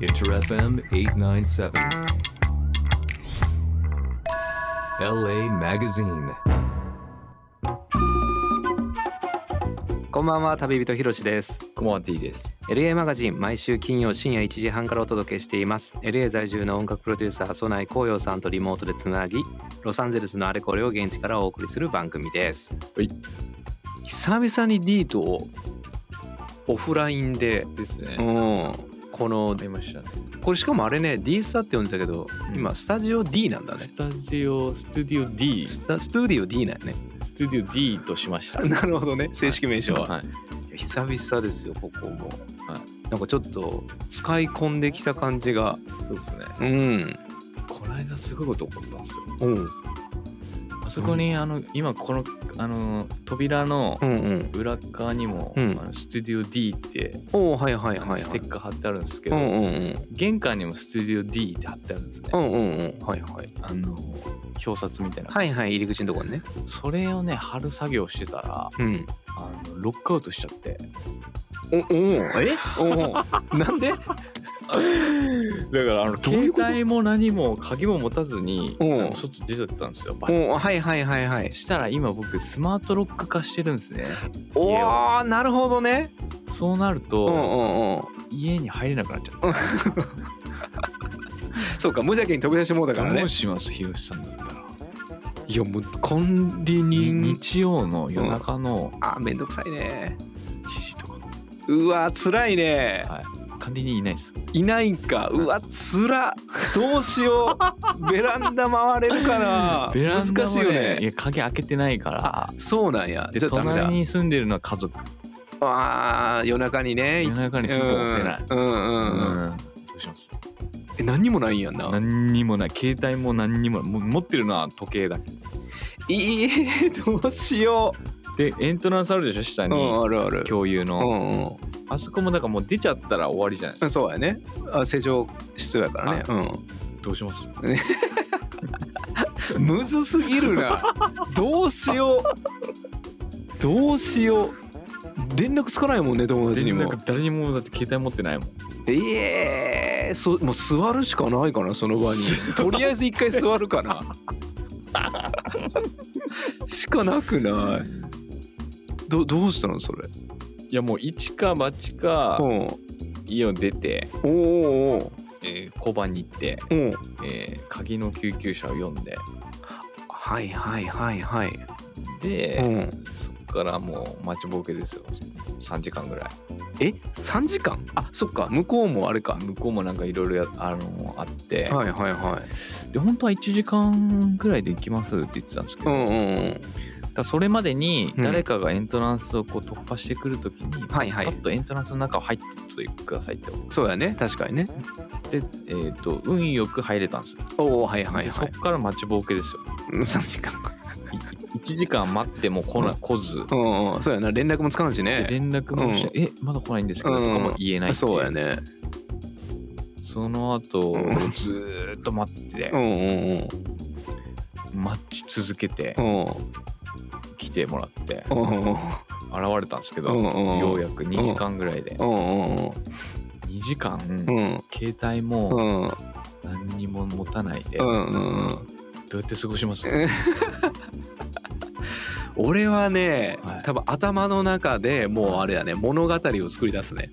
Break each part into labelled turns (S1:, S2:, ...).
S1: Inter FM 897. LA Magazine.
S2: こんばんは旅人ひろしです
S3: コマティです。
S2: LA マガジン毎週金曜深夜1時半からお届けしています LA 在住の音楽プロデューサーソナイコウヨウさんとリモートでつなぎロサンゼルスのあれこれを現地からお送りする番組です
S3: はい
S2: 久々に D とオフラインで
S3: ですね。
S2: うんこの
S3: りましたね。
S2: これしかもあれね D スタって呼んでたけど
S3: うん
S2: 今スタジオ D なんだね
S3: スタジオ、スタジオ D、ス
S2: スタスタディオ D なんやね
S3: タジオ D としま した。
S2: なるほどね正式名称は、
S3: はい。
S2: 久々ですよここも、
S3: は
S2: なんかちょっと使い込んできた感じが
S3: そうですね。
S2: うん
S3: この間すごいこと起こったんですよ。
S2: うんうん
S3: あそこに、あの、今この、あの、扉の
S2: うん
S3: 裏側にも、
S2: うん
S3: あのスタジオ D って、
S2: おおはいはい
S3: あ
S2: はい
S3: の
S2: はい
S3: ステッカー貼ってあるんですけ
S2: う
S3: ど、
S2: んうんうん
S3: 玄関にもスタジオ D って貼ってあるんですね。
S2: うんうんうんはいはい
S3: あの、表札みたいな。
S2: はいはい入り口のところね
S3: それをね、貼る作業してたら、
S2: うん
S3: あの、ロックアウトしちゃ って。
S2: おおおおなんで
S3: だからあの
S2: どうい
S3: 携
S2: うこと
S3: 帯も何も鍵も持たずに
S2: うん
S3: あの外出ちゃったんですよバッ
S2: おおはいはいはいはい
S3: したら今僕スマートロック化してるんですね
S2: おおなるほどね
S3: そうなる
S2: うんう
S3: と
S2: んうん
S3: 家に入れなくなっちゃった
S2: そうか無邪気に飛び出してもうたから
S3: ど
S2: ね
S3: うしますひろしさんだったら
S2: いやもう管理
S3: に
S2: 人
S3: 日曜の夜中の
S2: あーめんどくさいね
S3: 1時とか
S2: うわー辛いね
S3: 管理人いないです
S2: いないんかうわつらどうしよ うベランダ回れるかな
S3: ベランダ
S2: 難しい
S3: も
S2: よ
S3: ねい
S2: ね
S3: や鍵開けてないから
S2: そうなんや
S3: で
S2: じゃあダメだ
S3: 隣に住んでるのは家族
S2: あー夜中にね
S3: 夜中に
S2: う
S3: 結構押せない
S2: んうんうんうん
S3: うんどうします
S2: え何にもないんやんな
S3: 何にもない携帯も何にもないもう持ってるのは時計だけ
S2: いいどうしよ
S3: でエントランスあるでしょ下
S2: う
S3: に
S2: うんあるある
S3: 共有
S2: う
S3: の、
S2: んうん
S3: あそこもだからもう出ちゃったら終わりじゃないですか
S2: そうやねあ施錠必要やからねう
S3: どうします
S2: んむずすぎるなどうしようどうしよう連絡つかないもんね友達に
S3: なん
S2: も
S3: か誰にもだって携帯持ってないもん
S2: ええそもう座るしかないかなその場に とりあえず一回座るか なしかなくないどどうしたのそれ
S3: いやもう一か八か
S2: うんお
S3: 家を出て、
S2: おおお
S3: えー、交番に行って、
S2: うん
S3: えー鍵の救急車を呼んで
S2: はいはいはいはい、う
S3: で、
S2: ん、
S3: そっからもう待ちぼうけですよ3時間ぐらい
S2: え三時間あそっか向こうもあれか
S3: 向こうもなんかいろいろやあのあって、
S2: はいはいはい
S3: で本当は1時間ぐらいで行きますって言ってたんですけ
S2: う
S3: ど、
S2: んうんうん
S3: だからそれまでに
S2: うん
S3: 誰かがエントランスをこう突破してくるときに、
S2: はいはい
S3: パッとエントランスの中を入ってってくださいって思っ
S2: そうやね確かにね
S3: て、えー、と運よく入れたんですよ、
S2: おおはいは
S3: で
S2: いは
S3: そ
S2: い
S3: こから待ちぼうけですよ
S2: うん三時間
S3: 1時間待っても来な、
S2: うん
S3: 来ず
S2: うんうんそうやな連絡もつかんし
S3: で
S2: ね
S3: 連絡もして「えまだ来ないんですけど」とかも言えないっていう
S2: そうやね
S3: その後、
S2: うん
S3: ずーっと待ってて
S2: う、んうん
S3: 待ち続けて
S2: うんうん
S3: 来てもらって
S2: うんうんうん
S3: 現れたんですけど、
S2: うんうん
S3: ようやく2時間ぐらいで、
S2: うん
S3: 2時間、
S2: うん
S3: 携帯
S2: う
S3: も
S2: ん
S3: 何にも持たないで、
S2: うんうんうん
S3: どうやって過ごします
S2: え俺はね、
S3: はい
S2: 多分頭の中でもうあれだね物語を作り出すね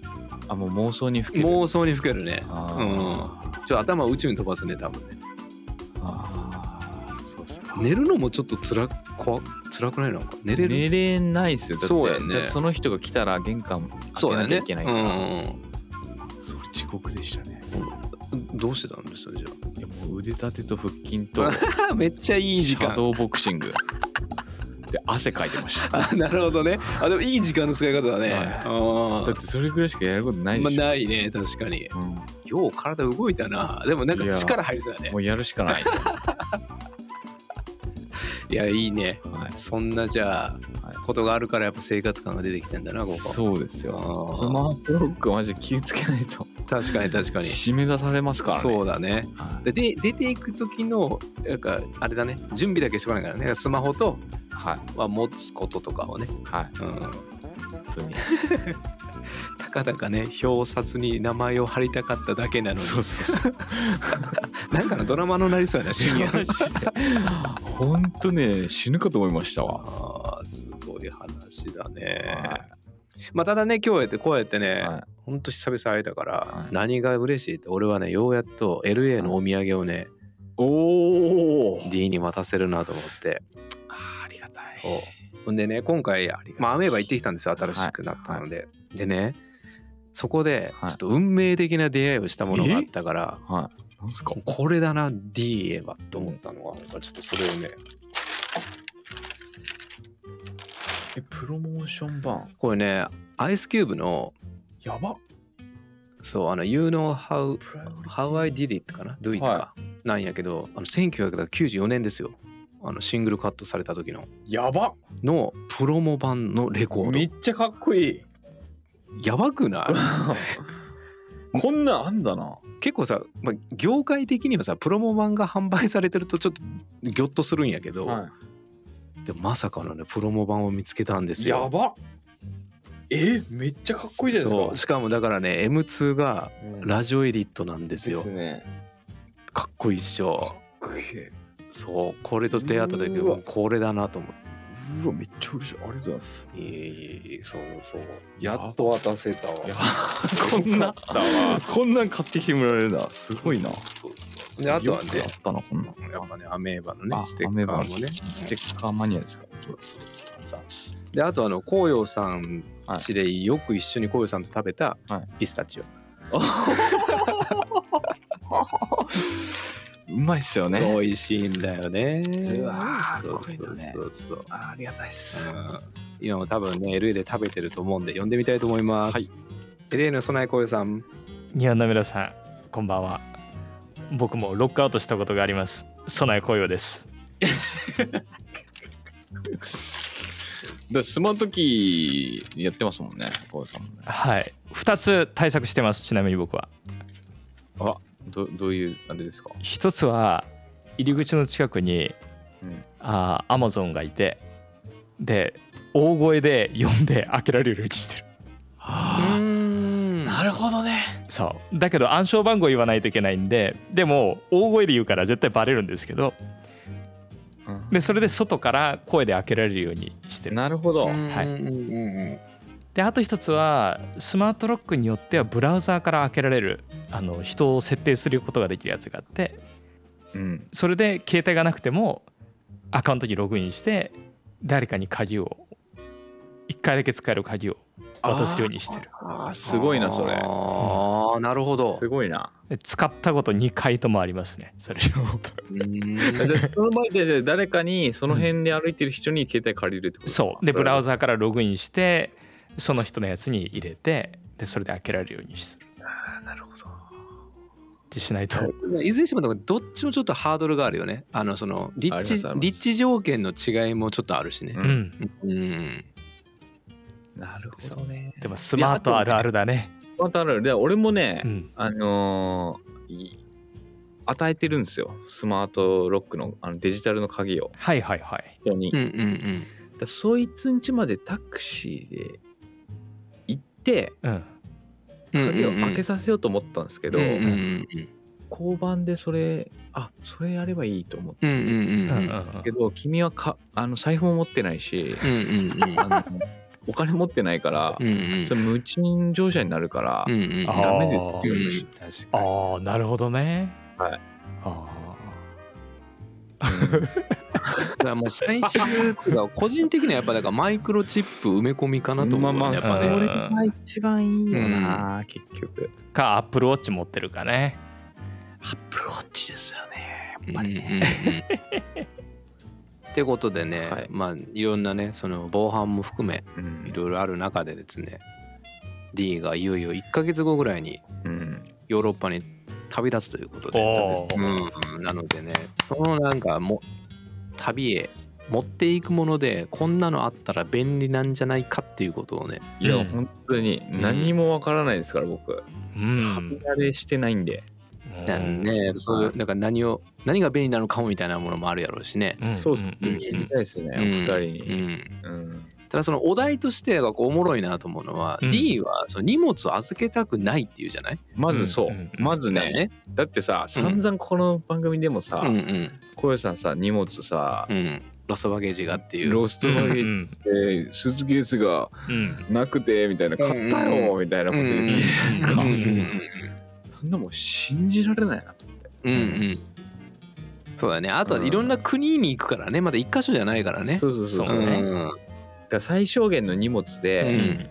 S3: あもう妄想にふける
S2: 妄想にふけるね
S3: あ
S2: うん
S3: ー、
S2: ちょっと頭を宇宙に飛ばすね多分ね
S3: あーそうっすか
S2: 寝るのもちょっとつら怖辛くないの寝れる
S3: 寝れないですよだって
S2: そうやね
S3: だってその人が来たら玄関
S2: そう
S3: 開け
S2: だ
S3: なきゃ
S2: ね
S3: いけないからそれ地獄でしたね
S2: うんうん、どうしてたんですかじ
S3: いやもう腕立てと腹筋と
S2: ゃあめっちゃいい
S3: シ
S2: 時
S3: ャ
S2: 間
S3: ドーボクシングで汗かいてました
S2: あなるほどねあでもいい時間の使い方だね、
S3: はいだってそれぐらいしかやることな
S2: あ
S3: い
S2: ん
S3: で
S2: ま
S3: しょ、
S2: ないね確かに
S3: うん
S2: よう体動いたなでもなんか
S3: いや
S2: 力入りそうだね
S3: もうやるしかない、
S2: いやいいね
S3: はい
S2: そんなじゃあ、
S3: はい
S2: ことがあるからやっぱ生活感が出てきてんだなここ
S3: そうですよ
S2: あー
S3: スマートロックはマジで気をつけないと
S2: 確かに確かに
S3: 締め出されますからね
S2: そうだね
S3: は
S2: でで出ていく時のなんかあれだね準備だけしとかないからねスマホと
S3: いはい
S2: は持つこととかをね、
S3: はい
S2: うん、
S3: 本当に
S2: たかだかね表札に名前を貼りたかっただけなのに
S3: そうそうそう。
S2: なんかのドラマのなりそうやな深 夜
S3: マジで。ほんとね、死ぬかと思いましたわ。
S2: あーすごい話だね、
S3: は
S2: まあただね今日やってこうやってね、
S3: い
S2: 本
S3: は
S2: 当ほんと久々会えたから、
S3: はい
S2: 何が嬉しいって俺はねようやっと LA のお土産を
S3: い
S2: ね、
S3: おお。
S2: D に渡せるなと思って
S3: ありがた
S2: おうほんでね今回まあアメーバ行ってきたんですよ新しくなったので、でねそこで
S3: はい
S2: ちょっと運命的な出会いをしたものがあったから、
S3: はい。なんすか。
S2: これだな D 言えばと思ったのがあるからちょっとそれをね
S3: え、プロモーション版。
S2: これねアイスキューブの
S3: やば。
S2: そうあの You know how
S3: プライオリティ
S2: How I Did It かな Do It か、
S3: は
S2: なんやけどあの1994年ですよあのシングルカットされた時の
S3: やば。
S2: のプロモ版のレコ
S3: め
S2: ー
S3: っちゃかっこいい。
S2: ドやばくな い
S3: こんなんあんだな。
S2: 結構さ、まあ、業界的にはさプロモ版が販売されてるとちょっとギョッとするんやけど、でもまさかのねプロモ版を見つけたんです
S3: や
S2: よ
S3: ば。え、めっちゃかっこいいじゃない
S2: そう
S3: です
S2: しかもだからね M2 が
S3: か。うん
S2: ラジオエディットなんですよ
S3: ですね。
S2: かっこいいっしょ
S3: かっこいいう
S2: そうこれと出会った時
S3: うわ
S2: もうこれだなと思って。
S3: わ、めっちゃ嬉しい。ありがとうございます。
S2: いえいえいえそうそう
S3: や
S2: っと渡せたわ
S3: やこんな こんなん買ってきてもらえるんだ。すごいな。
S2: そうそうであとはね
S3: よくあったな、こんなん。
S2: やっぱねアメーバの
S3: あ
S2: ねステッカーも
S3: ア
S2: ね
S3: メーバのステッカーマニアですか。
S2: そうそうそうであとあの紅葉さん家でよく一緒に紅葉さんと食べた
S3: はい
S2: ピスタチオ、
S3: うまいっすよね。
S2: 美味しいんだよね
S3: うわー
S2: そう
S3: かっこいいのね
S2: そうそうそう
S3: ありがたいっす。
S2: うん今も多分ね LA で食べてると思うんで呼んでみたいと思います、
S3: はい、
S2: LA の備え紅葉さん
S4: 日本の皆さんこんばんは僕もロックアウトしたことがあります備え紅葉です
S3: でスマートキーやってますもんね、小林さんもね。
S4: はい2つ対策してますちなみに僕は
S3: あどどういうあれですか
S4: 1つは入り口の近くに、
S3: うん
S4: あアマゾンがいてで大声で読んで開けられるようにしてる
S2: うん
S3: るほどね。
S4: そうだけど暗証番号言わないといけないんででも大声で言うから絶対バレるんですけど
S3: うん
S4: でそれで外から声で開けられるようにしてる
S3: なるほど。
S4: はい
S2: うんうんうん
S4: であと一つはスマートロックによってはブラウザーから開けられるあの人を設定することができるやつがあって
S3: うん。
S4: それで携帯がなくてもアカウントにログインして誰かに鍵を1回だけ使える鍵を渡すようにしてる
S3: あーすごいな、それ。
S2: ああ、なるほど
S3: す。ごいな。
S4: で使ったこと2回ともありますねそれ
S3: でその前で誰かにその辺で歩いてる人に携帯借りるってことですか
S4: そうでブラウザーからログインしてその人のやつに入れてでそれで開けられるようにするっ
S3: あなるほど。
S4: てしないと
S2: いずれにしてもどっちもちょっとハードルがあるよね。あのその
S3: あ
S2: 立
S3: ります
S2: 地
S3: あります
S2: 立地条件の違いもちょっとあるしね
S3: う。
S4: うんん
S2: うん。
S3: なるほどね。
S4: でもスマートあるあるだね
S3: またあるで俺もね、
S4: うん
S3: あのーい与えてるんですよ。スマートロックのあのデジタルの鍵を
S4: はいはいはい
S3: 人に。
S2: うんう
S3: だか
S2: ん
S3: らそいつん家までタクシーで行って
S4: うん
S2: うん。
S3: 鍵を開け
S2: さ
S3: させようと思ったんですけど、
S2: うんうん
S3: 交番でそれあそれやればいいと思っ
S2: うんうんうん
S4: う
S2: うん
S4: うん
S2: ん
S4: うん
S3: たけど、君はかあの財布も持ってない し、
S2: うんうん
S3: あのお金持ってないから、
S2: うんうん
S3: それ無賃乗車になるから、
S2: うんうん
S4: あー
S3: ダメですって言われまし
S2: 確か
S4: ああなるほどね
S3: はい
S4: あ
S3: た。うん
S2: にだからもう最終っていうか個人的にはやっぱだからマイクロチップ埋め込みかなと思うよね
S3: まあまあ
S2: やっ
S4: そ
S2: ぱ
S4: れ
S2: ね
S4: は
S3: 一番いい
S2: よ
S3: な、
S2: な
S3: 結局
S4: ーかアップルウォッチ持ってるかね
S3: アップルウォッチですよね
S2: やっぱりね。ってことでね、
S3: はい
S2: まあいろんなねその防犯も含め
S3: うん
S2: いろいろある中でですね D がいよいよ1ヶ月後ぐらいに
S3: うん
S2: ヨーロッパに旅立つということ
S4: お
S2: で、
S4: ー
S2: うん、なのでねそのなんかも旅へ持っていくものでこんなのあったら便利なんじゃないかっていうことをね
S3: いや、
S4: うん
S3: 本当に何もわからないですから僕、
S4: う
S3: 旅
S4: ん
S3: 慣れしてないんで、
S4: うん
S2: ねそういうなんか何を何が便利なのかもみたいなものもあるやろうしね。
S4: うん
S3: そうっす
S4: うん
S3: ね聞きたいですね、お二人
S2: うん
S3: に、うん
S2: ただそのお題としてがこうおもろいなと思うのは、
S4: うん
S2: D はその荷物を預けたくないっていうじゃない
S3: まずそう、
S4: うんうん
S3: まずねだってさ散々この番組でもさ
S2: うんうん
S3: 小林さんさ荷物さ
S2: うんロストバゲージがっていう
S3: ロスト
S4: う
S3: バ
S4: ん
S3: ゲージでスーツケースが
S4: うん
S3: なくてみたいな
S2: うん
S3: 買ったよみたいなこと言ってるじゃないです
S2: うん
S3: か
S2: うん
S3: そんなもん信じられないなと思って
S2: うんうんうんそうだねあとはいろんな国に行くからねまだ一箇所じゃないからね
S3: そうそうそう
S4: そ
S3: そうう、
S4: ね
S3: だから最小限の荷物
S4: う
S3: で
S4: ん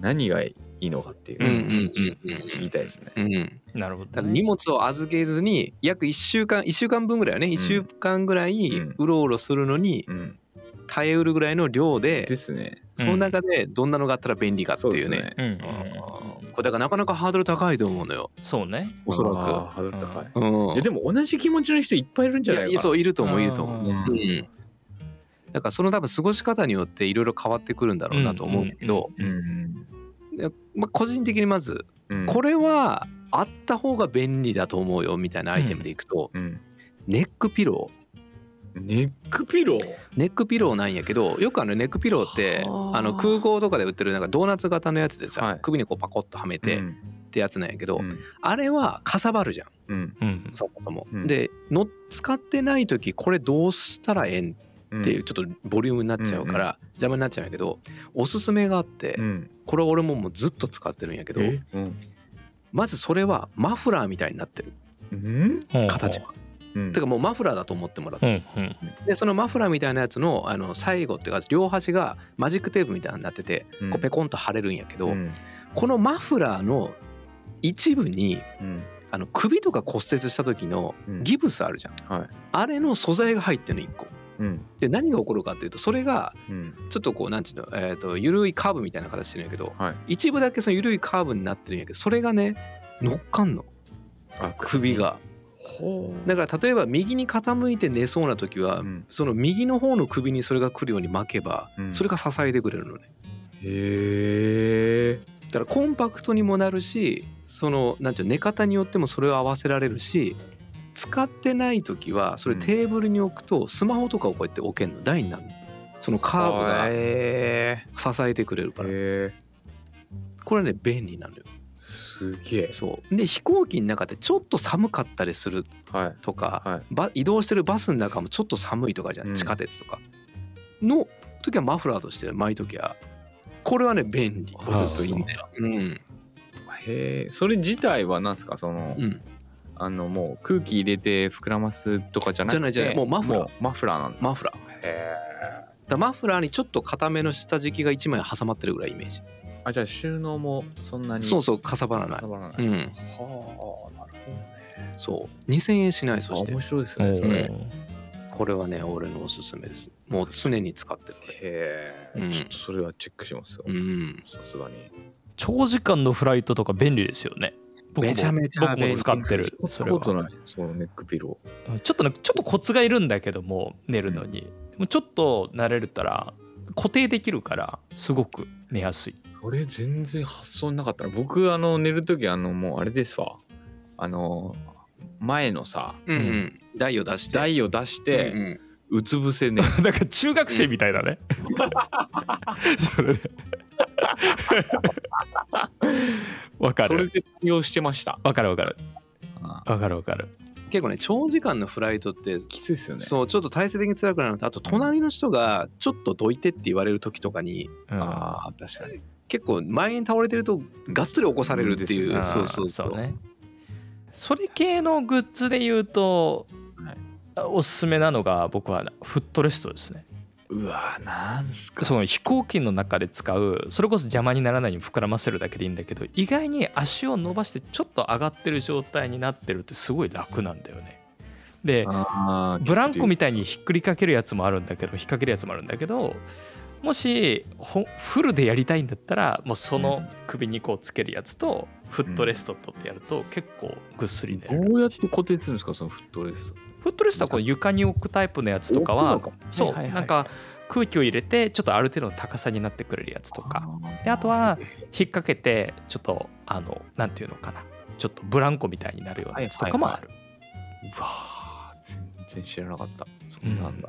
S3: 何がいいのかっていう
S2: うんうんうんうん
S3: 聞きたいですね
S2: うんうん
S4: なるほど
S2: ただ
S4: ね
S2: 荷物を預けずに約1週間1週間分ぐらいはね1週間ぐらい
S3: うん
S2: うろうろするのに
S3: うん
S2: 耐えうるぐらいの量で
S3: ですね
S2: その中でどんなのがあったら便利かって
S3: そうで
S2: いう
S3: す
S2: ね
S3: ね
S4: うんうん
S2: うんこれだからなかなかハードル高いと思うのよ
S4: そうね
S2: おそ
S3: あー
S2: ら
S3: ハードル高い、
S2: く。うん
S3: いやでも同じ気持ちの人いっぱいいるんじゃないい
S2: や
S3: か
S2: い
S3: な
S2: やそういると思ういると
S4: あ
S2: 思う。
S4: ー
S3: うん
S2: うんだからその多分過ごし方によっていろいろ変わってくるんだろうなと思うんだけど、
S3: うん
S2: でまあ、個人的にまず
S3: うん
S2: これはあった方が便利だと思うよみたいなアイテムでいくと、
S3: うん
S2: ネックピロー
S3: ネックピロー
S2: ネックピローなんやけどよくあのネックピローって
S3: はあ
S2: あの空港とかで売ってるなんかドーナツ型のやつでさ、
S3: はい
S2: 首にこうパコッとはめて
S3: う
S2: っ
S3: ん
S2: てやつなんやけど、
S3: うん
S2: あれはかさばるじゃん
S3: うん
S4: うん
S2: そもそも。
S3: うん
S2: での使ってない時これどうしたらええん
S3: うん
S2: っていうちょっとボリュームになっちゃうから邪魔になっちゃうんやけどおすすめがあって
S3: うん
S2: これ俺ももうずっと使ってるんやけど
S3: えうん
S2: まずそれはマフラーみたいになってる
S3: うん
S4: うん
S2: 形は。
S3: うん
S2: てかもうマフラーだと思ってもらっ
S4: う
S2: て
S4: んうん
S2: でそのマフラーみたいなやつのあの最後っていうか両端がマジックテープみたいになってて
S3: うん
S2: こうペコンと貼れるんやけ
S3: う
S2: ど
S3: ん
S2: このマフラーの一部に
S3: うん
S2: あの首とか骨折した時の
S3: うん
S2: ギブスあるじゃん
S3: はい
S2: あれの素材が入ってるの1個。
S3: うん
S2: で何が起こるかっていうとそれが
S3: うん
S2: ちょっとこうなんていうの、えー、と緩いカーブみたいな形してるんやけど、
S3: はい
S2: 一部だけその緩いカーブになってるんやけどそれがね乗っかんの
S3: あ
S2: 首が
S3: ほ
S2: だから例えば右に傾いて寝そうな時は、
S3: うん
S2: その右の方の首にそれが来るように巻けば、
S3: うん
S2: それが支えてくれるのね
S3: へえ
S2: だからコンパクトにもなるしそのなんていうの寝方によってもそれを合わせられるし使ってない時はそれテーブルに置くとスマホとかをこうやって置けんの台になるのそのカーブが
S3: へ
S2: 支えてくれるから
S3: え
S2: これね便利なのよ
S3: すげえ
S2: そうで飛行機の中でちょっと寒かったりする
S3: はい
S2: とか、
S3: はい
S2: ば移動してるバスの中もちょっと寒いとかあるじゃん、
S3: うん
S2: 地下鉄とかの時はマフラーとして巻いときゃこれはね便利
S3: あー
S2: おすすめだようん
S3: へえそれ自体はなんですかその
S2: うん
S3: あのもう空気入れて膨らますとかじゃなくて
S2: じゃないじゃないもうマフラー
S3: もマフラーなんだ
S2: マフラーだか
S3: へ
S2: らマフラーにちょっと固めの下敷きが1枚挟まってるぐらいイメージ
S3: えあじゃあ収納もそんなに
S2: そう
S3: そ
S2: そうかさばら
S3: う
S2: な
S3: ないはあな
S2: う
S3: る
S2: ん
S3: ほどね
S2: そう2000円しない
S3: あ
S2: そして
S3: 面白いです
S4: う
S3: ね
S4: ん
S3: それへ
S2: これはね俺のおすすめですもう常に使ってる
S3: え
S2: うん
S3: ちょっとそれはチェックしますよ
S2: うん
S3: さすがに
S4: 長時間のフライトとか便利ですよね僕も
S2: めちゃめちゃ
S4: 僕も使ってる
S3: そ
S4: そ
S3: ん
S4: れ
S3: なこ
S4: は
S3: とないそのネックピロー
S4: ちょっとねちょっとコツがいるんだけども寝るのにでもちょっと慣れるたら固定できるからすごく寝やすい
S3: これ全然発想なかったな僕あの寝る時あのもうあれですわあの前のさ
S2: うんうん台を出して
S3: 台を出し
S2: うん
S3: て
S2: うん
S3: うつ伏せね
S4: なんか中学生みたいだ ねそれでわか
S3: それ
S4: る
S3: で対応してました
S4: わかるわかる
S3: あ
S4: わかるわかる
S2: 結構ね長時間のフライトって
S3: きついですよね
S2: そうちょっと体勢的に辛くなるのとあと隣の人がちょっとどいてって言われる時とかに
S4: うん
S3: ああ確かに
S2: 結構前に倒れてるとがっつり起こされるっていう、
S3: うん
S2: そうそう
S4: そ
S2: そうう
S4: ねそれ系のグッズで言うと、
S3: はい
S4: おすすめなのが僕はフットレストですね
S3: うわなんすか
S4: その飛行機の中で使うそれこそ邪魔にならないように膨らませるだけでいいんだけど意外に足を伸ばしてちょっと上がってる状態になってるってすごい楽なんだよねで
S3: あー
S4: ブランコみたいにひっくりかけるやつもあるんだけど引っ掛けるやつもあるんだけどもしほフルでやりたいんだったらもうその首にこうつけるやつとフットレストとってやると結構ぐっすり寝れる、
S3: どうやって固定するんですかそのフットレス
S4: フットレストはこう床に置くタイプのやつとかは
S3: 置くのか
S4: そう、
S3: はいはいはい
S4: なんか空気を入れてちょっとある程度の高さになってくれるやつと
S3: と
S4: かであとは引っ掛けてちょっとあのなんていうのかなちょっとブランコみたいになるようなやつとかもある、
S3: うわー全然知らなかったそんなんだ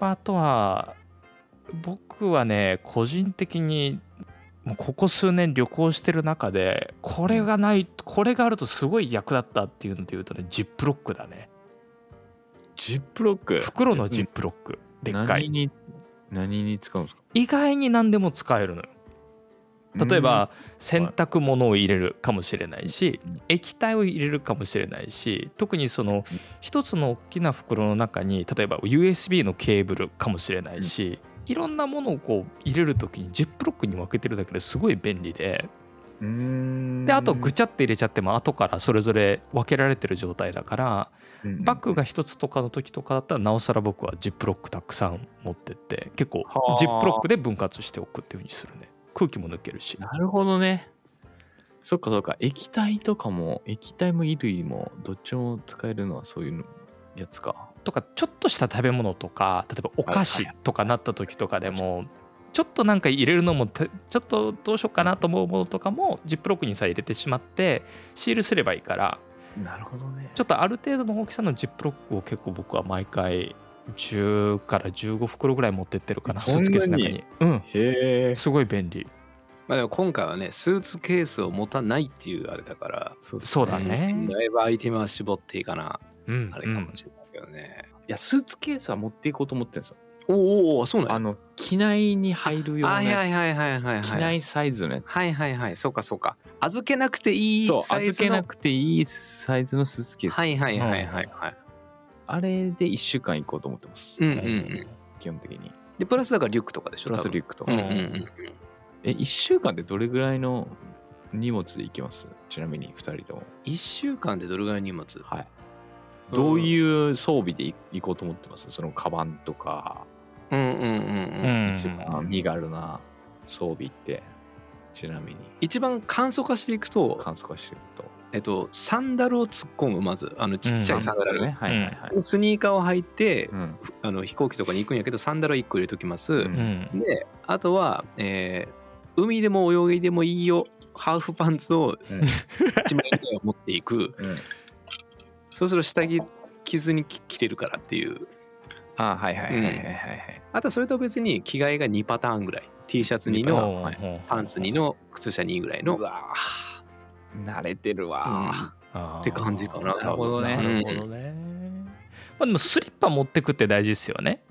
S4: まああとは僕はね個人的にもうここ数年旅行してる中でこれがないこれがあるとすごい役立ったっていうので言うとねジップロックだね
S3: ジップロック
S4: 袋のジップロックでっか
S3: 何
S4: い
S3: に何に使うんですか
S4: 意外に何でも使えるのよ例えば洗濯物を入れるかもしれないし液体を入れるかもしれないし特にその一つの大きな袋の中に例えば USB のケーブルかもしれないしいろんなものをこう入れる時にジップロックに分けてるだけですごい便利で
S3: うんうん
S4: であとぐちゃって入れちゃっても後からそれぞれ分けられてる状態だから
S3: うん
S4: バッグが一つとかの時とかだったらなおさら僕はジップロックたくさん持ってって結構
S3: はあ
S4: ジップロックで分割しておくっていうふうにするね空気も抜けるし
S3: なるほどねそっかそっか液体とかも液体も衣類もどっちも使えるのはそういうのやつか
S4: とかちょっとした食べ物とか例えばお菓子とかなった時とかでもちょっとなんか入れるのもてちょっとどうしようかなと思うものとかもジップロックにさ入れてしまってシールすればいいから
S3: なるほどね
S4: ちょっとある程度の大きさのジップロックを結構僕は毎回10から15袋ぐらい持ってってるかなス
S3: そんなに
S4: ーツケースの中にうん
S3: へえ
S4: すごい便利
S2: まあ、でも今回はねスーツケースを持たないっていうあれだから
S3: そうです
S4: そうだね
S2: だいぶアイテムは絞っていいかな
S4: うん
S2: あれかもしれないけどね、
S3: いやスーツケースは持っていこうと思ってるんですよ
S2: おおおそうな
S3: あ
S2: ん
S3: の機内に入るような
S2: はい
S3: やつ
S2: はいはいはいはい
S3: 機
S2: はい
S3: 内サイズのやつ
S2: はいはいはいそうかそうか預けなくていい
S3: そう
S2: サイズの
S3: 預けなくていいサイズのスーツケース、
S2: はいはいはいはいはい
S3: あれで1週間行こうと思ってます、
S2: うんうんうん
S3: 基本的に
S2: でプラスだからリュックとかでしょ
S3: プラスリュ
S2: ッ
S3: ックと
S2: う
S3: か、
S2: んうんうん
S3: え1週間でどれぐらいの荷物で行きますちなみに2人とも
S2: 1週間でどれぐらいの荷物
S3: はい
S2: うん
S3: どういう装備でい行こうと思ってますそのカバンとか
S2: うんうんうん
S4: う
S2: うん、
S4: ん
S3: 一番身軽な装備ってちなみに
S2: 一番簡素化していくと、
S3: 簡素化してると
S2: えっと、サンダルを突っ込むまずあのちっちゃ
S4: うん
S2: いサンダル、
S3: ねはいはいはい、
S2: でスニーカーを履いて
S3: うん
S2: あの飛行機とかに行くんやけどサンダルは1個入れときます、
S3: うん
S4: うん
S2: であとは、えー海でも泳ぎでもいいよハーフパンツを
S3: うん
S2: 1枚ぐらい持っていく
S3: うん
S2: そうすると下着傷に着れるからっていう
S3: あはいはいはいはいはいはい、
S2: あとはそれと別に着替えが2パターンぐらい T シャツ2
S3: うん
S2: の
S3: はい
S4: うん
S2: パンツ2の靴下2ぐらいの、
S3: うわー慣れてるわ
S4: あー
S2: って感じかな
S3: なるほどね
S4: なるほどね。まあ、でもスリッパ持ってくって大事ですよね。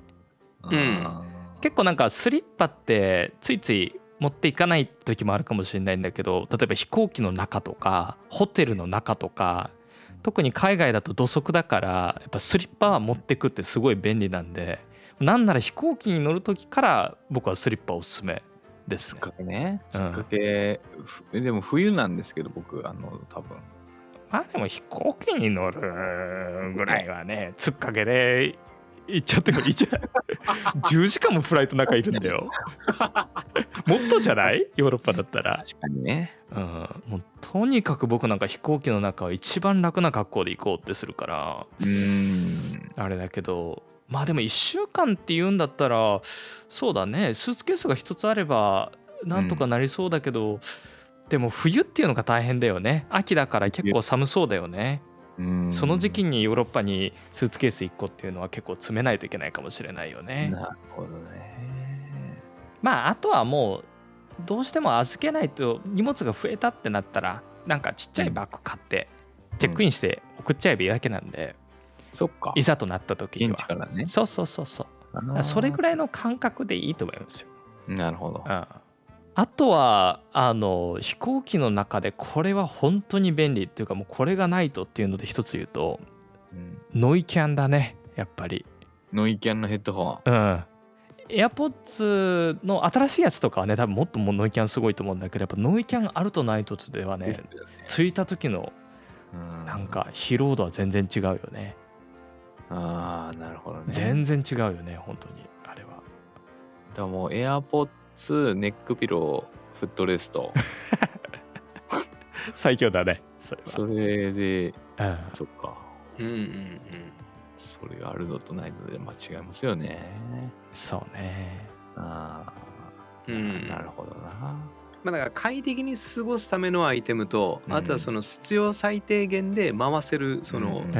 S2: うん
S3: あー
S4: 結構なんかスリッパってついつい持っていかない時もあるかもしれないんだけど例えば飛行機の中とかホテルの中とか特に海外だと土足だからやっぱスリッパは持ってくってすごい便利なんでなんなら飛行機に乗る時から僕はスリッパおすすめです
S3: きっ
S4: ね。
S3: かけねき
S4: う
S3: っ
S4: ん
S3: かけ、ふでも冬なんですけど僕あの多分
S4: まあでも飛行機に乗るぐらいはねつっかけで行っちゃってもいいじゃない 10時間もフライトの中いるんだよもっとじゃないヨーロッパだったら、
S3: 確かにね
S4: うん、もうとにかく僕なんか飛行機の中は一番楽な格好で行こうってするから
S3: うーん
S4: あれだけどまあでも1週間って言うんだったらそうだねスーツケースが1つあればなんとかなりそうだけど、でも冬っていうのが大変だよね秋だから結構寒そうだよね
S3: うん
S4: その時期にヨーロッパにスーツケース1個っていうのは結構詰めないといけないかもしれないよね。
S3: なるほどね
S4: まああとはもうどうしても預けないと荷物が増えたってなったらなんかちっちゃいバッグ買ってチェックインして送っちゃえばいいだけなんで、
S3: そっか
S4: いざとなった時に
S3: 現
S4: は
S3: 地からね
S4: そうそうそうそうだからそれぐらいの感覚でいいと思いますよ。
S3: いなるほど
S4: うんあとはあの飛行機の中でこれは本当に便利っていうかもうこれがないとっていうので一つ言うと
S3: うん
S4: ノイキャンだねやっぱり。
S3: ノイキャンのヘッドホン
S4: うん。AirPods の新しいやつとかはね多分もっともうノイキャンすごいと思うんだけどやっぱノイキャンあるとないとではね着いた時の
S3: うん
S4: なんか疲労度は全然違うよね
S3: ああなるほどね
S4: 全然違うよね本当にあれは
S3: だからもう AirPods ネックピローフットレスト
S4: 最強だねそれ
S3: それで
S4: は
S3: そっか
S2: うんうんうん
S3: それがあるのとないのでまあ違いますよね
S4: うんそうね
S3: あ
S2: う
S3: あ、
S2: ん、
S3: なるほどな
S2: まあ、だから快適に過ごすためのアイテムと、あとはその必要最低限で回せるその
S3: うん
S4: うん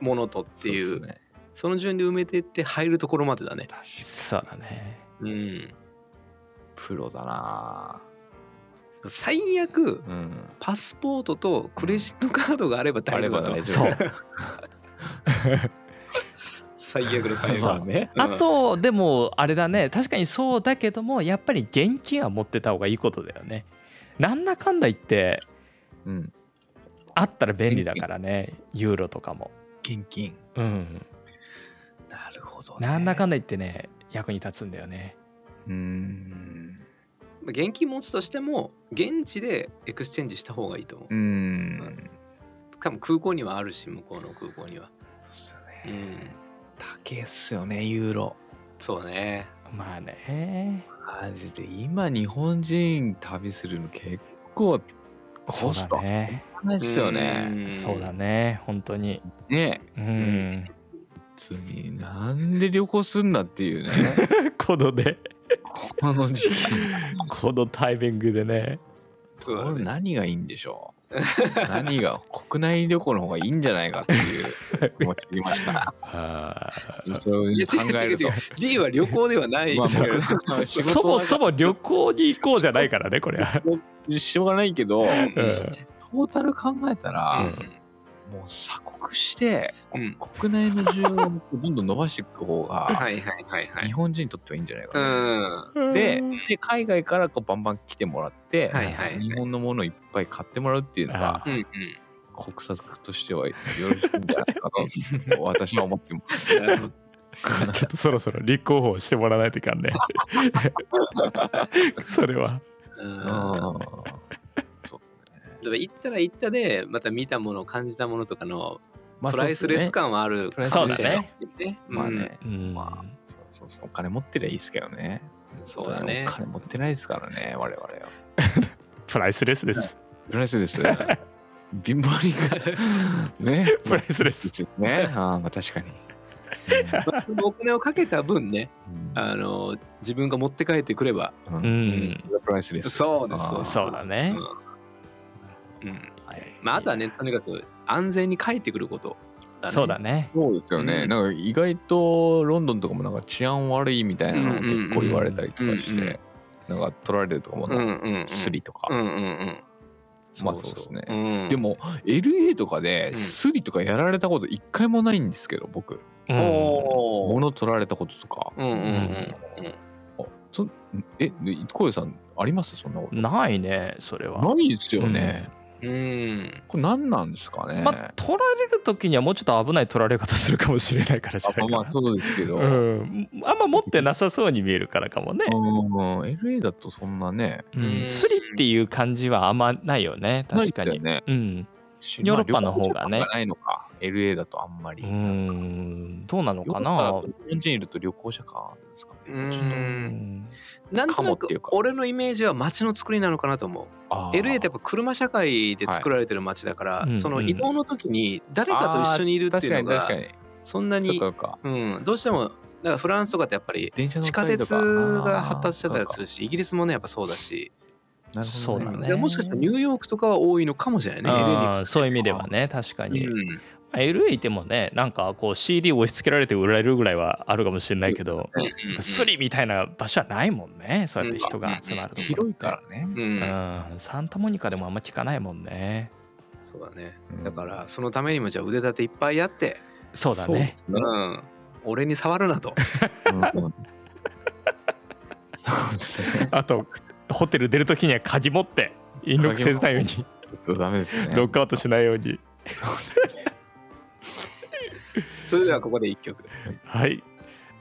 S2: ものとっていう,、
S3: そ
S2: そ
S3: ですね
S2: の順で埋めてって入るところまでだね。
S4: そうだね
S2: うん、
S3: プロだな
S2: 最悪
S3: ぁうん
S2: パスポートとクレジットカードがあれば大丈夫だ
S3: あ
S2: と
S3: れば大丈
S4: そ
S3: 夫
S4: う
S2: 最悪の最
S3: そ
S2: 悪
S3: うね
S2: うん
S4: あとでもあれだね確かにそうだけどもやっぱり現金は持ってた方がいいことだよねなんだかんだ言って
S3: うん
S4: あったら便利だからねユーロとかも
S3: 現金
S4: うん
S3: なるほどね
S4: なんだかんだ言ってね役に立つんだよね
S3: うーん
S2: 現金持つとしても現地でエクスチェンジした方がいいと思
S3: うーん
S2: う多分空港にはあるし向こうの空港には
S3: そうっすよ
S2: う
S3: ね
S2: ん
S3: 高いっすよねユーロ
S2: そうね
S4: まあね
S3: マジで今日本人旅するの結構
S4: そ
S3: コ
S4: う
S3: ス
S4: だ
S3: ト
S4: ね
S3: ないっすよね
S2: ん
S4: そうだね本当に
S3: ね
S4: う
S2: うん
S4: ん
S3: 普通になんで旅行すんだっていう ね
S4: このね
S3: この時期
S4: このタイミングでね
S2: そうだ
S3: これ
S2: ね
S3: 何がいいんでしょう何が国内旅行の方がいいんじゃないかっていう思いました。
S4: あー
S3: それを考
S2: いや違
S3: え
S2: う違う
S3: る
S2: 違
S3: と
S2: う。D は旅行ではない
S3: まあ、僕らの仕
S4: そ
S3: 事
S4: も
S3: は
S4: そも旅行に行こうじゃないからねこれは
S3: しょうがないけど、
S2: うん
S3: トータル考えた
S2: う
S3: ら、
S2: ん
S3: もう鎖国して、
S2: うん
S3: 国内の需要をどんどん伸ばしていく方が、
S2: はいはいはいは
S3: 日
S2: い
S3: 本人にとってはいいんじゃないか
S2: う
S3: な。
S2: ん
S3: でで海外からこうバンバン来てもらって、
S2: はいはいはい
S3: 日本のものをいっぱい買ってもらうっていうのが
S4: あ
S2: うんうん
S3: 国策としてはよろしいんじゃないか と私は思ってます。
S2: なるほど
S4: ちょっとそろそろ立候補してもらわないといかんねそれは
S2: うん
S3: うんそう
S2: だから行ったら行ったでまた見たもの感じたものとかの
S3: まあ
S2: プライスレス
S3: か。
S2: 感はあるかもしれないね
S3: まあね、
S4: うん
S3: まあそうそうそうお金持ってりゃいいですけどね。
S2: うんそうだね
S3: お金持ってないですからね我々は。
S4: プライスレスです
S3: プライスです。貧乏人がね。
S4: プライスレス
S3: スね。ああまあ確かに。
S2: まあそのお金をかけた分ねあの自分が持って帰ってくれば
S3: うん
S4: う
S3: うん
S4: ん
S3: それがプライスレス。
S2: そうです
S3: ああ
S4: そうだね
S2: うんうん
S3: はい
S2: まああとはねとにかく安全に帰ってくること
S4: そうだ
S2: ね
S4: ね
S3: そうですよね、
S2: うん
S3: なんか意外とロンドンとかもなんか治安悪いみたいなのが結構言われたりとかして、
S2: うんうんうん
S3: なんか取られるとかも
S2: うん
S3: なんか
S2: うんうん
S3: スリとか、
S2: うんうんうん
S3: まあそうですね
S2: うん
S3: でも LA とかで
S2: うん
S3: スリとかやられたこと一回もないんですけど僕
S4: うん
S2: おお
S3: 物取られたこととか、
S2: うんうんうんうん
S3: あそんえで小さんありますそんなこと
S4: ないねそれは
S3: ないですよね、
S2: うん
S3: これ何なんですかね、
S4: まあ取られる時にはもうちょっと危ない取られ方するかもしれないからじゃな
S3: あま
S4: い
S3: あ
S4: かな
S3: そうですけど、
S4: う
S3: うん
S4: ん、あんま持ってなさそうに見えるからかもね、
S3: LA だとそんなね
S4: うんスリっていう感じはあんまないよね確か
S3: ない
S4: に、
S3: ですよね
S4: うん
S3: ま
S4: ヨ
S3: あ
S4: ーロッパの方がね
S3: 旅行者とかないのか LA だとあんまり、
S4: うーんどうなのかな
S3: ヨーロッパだと日本人いると旅行者感あるんですかね。
S2: う
S4: うんん
S2: なんと
S3: かも
S2: な
S3: っ
S2: く
S3: ていうか
S2: 俺のイメージは街の作りなのかなと思う
S3: あー
S2: LA ってやっぱ車社会で作られてる街だから、
S4: はい
S2: その
S4: うんうん
S2: 移動の時に誰かと一緒にいるって
S3: 確
S2: い
S3: か
S2: う
S3: に
S2: の
S3: 確か
S2: が
S3: に。
S2: そんな
S3: そっ
S2: に
S3: かそっか。
S2: うん、どうしてもだからフランスとかってやっぱり
S3: 電車の
S2: 地下
S3: 乗ったりと
S2: 鉄
S3: か
S2: が発達してたりする
S3: し。
S2: しイギリスもねやっぱそうだし、
S3: なるほど
S4: そうだね
S2: でもしかしたらニューヨークとかは多いのかもしれないね
S4: あーそういう意味ではね確か
S2: LA に
S4: に、まあ LA いてもねなんかこう CD 押し付けられて売られるぐらいはあるかもしれないけど、
S2: うんうんうん
S4: スリみたいな場所はないもんねそうやって人が集まるところ
S3: 広いからね。
S2: うん
S4: うん、サンタモニカでもあんま聞かないもんね
S2: そうだね
S3: うん
S2: だからそのためにもじゃあ腕立ていっぱいやって、
S4: そうだね
S3: です
S2: う
S3: ね。
S2: ん、俺に触るなと
S3: うんうんそうです ね。
S4: あとホテル出るときには鍵持って引力せずないように
S3: そうダメですね。
S4: ロックアウトしないように
S2: それではここで一曲
S4: はい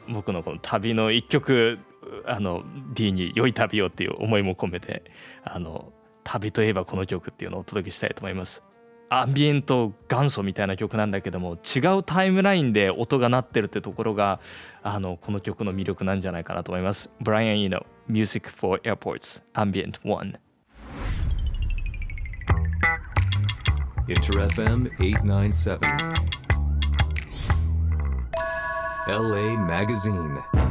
S4: 僕のこの旅の一曲あの D に「良い旅を」っていう思いも込めてあの旅といえばこの曲っていうのをお届けしたいと思いますアンビエント元祖みたいな曲なんだけども違うタイムラインで音が鳴ってるってところがあのこの曲の魅力なんじゃないかなと思いますブライアン・イーノ Music for Airports Ambient One
S1: Inter FM 897. LA Magazine.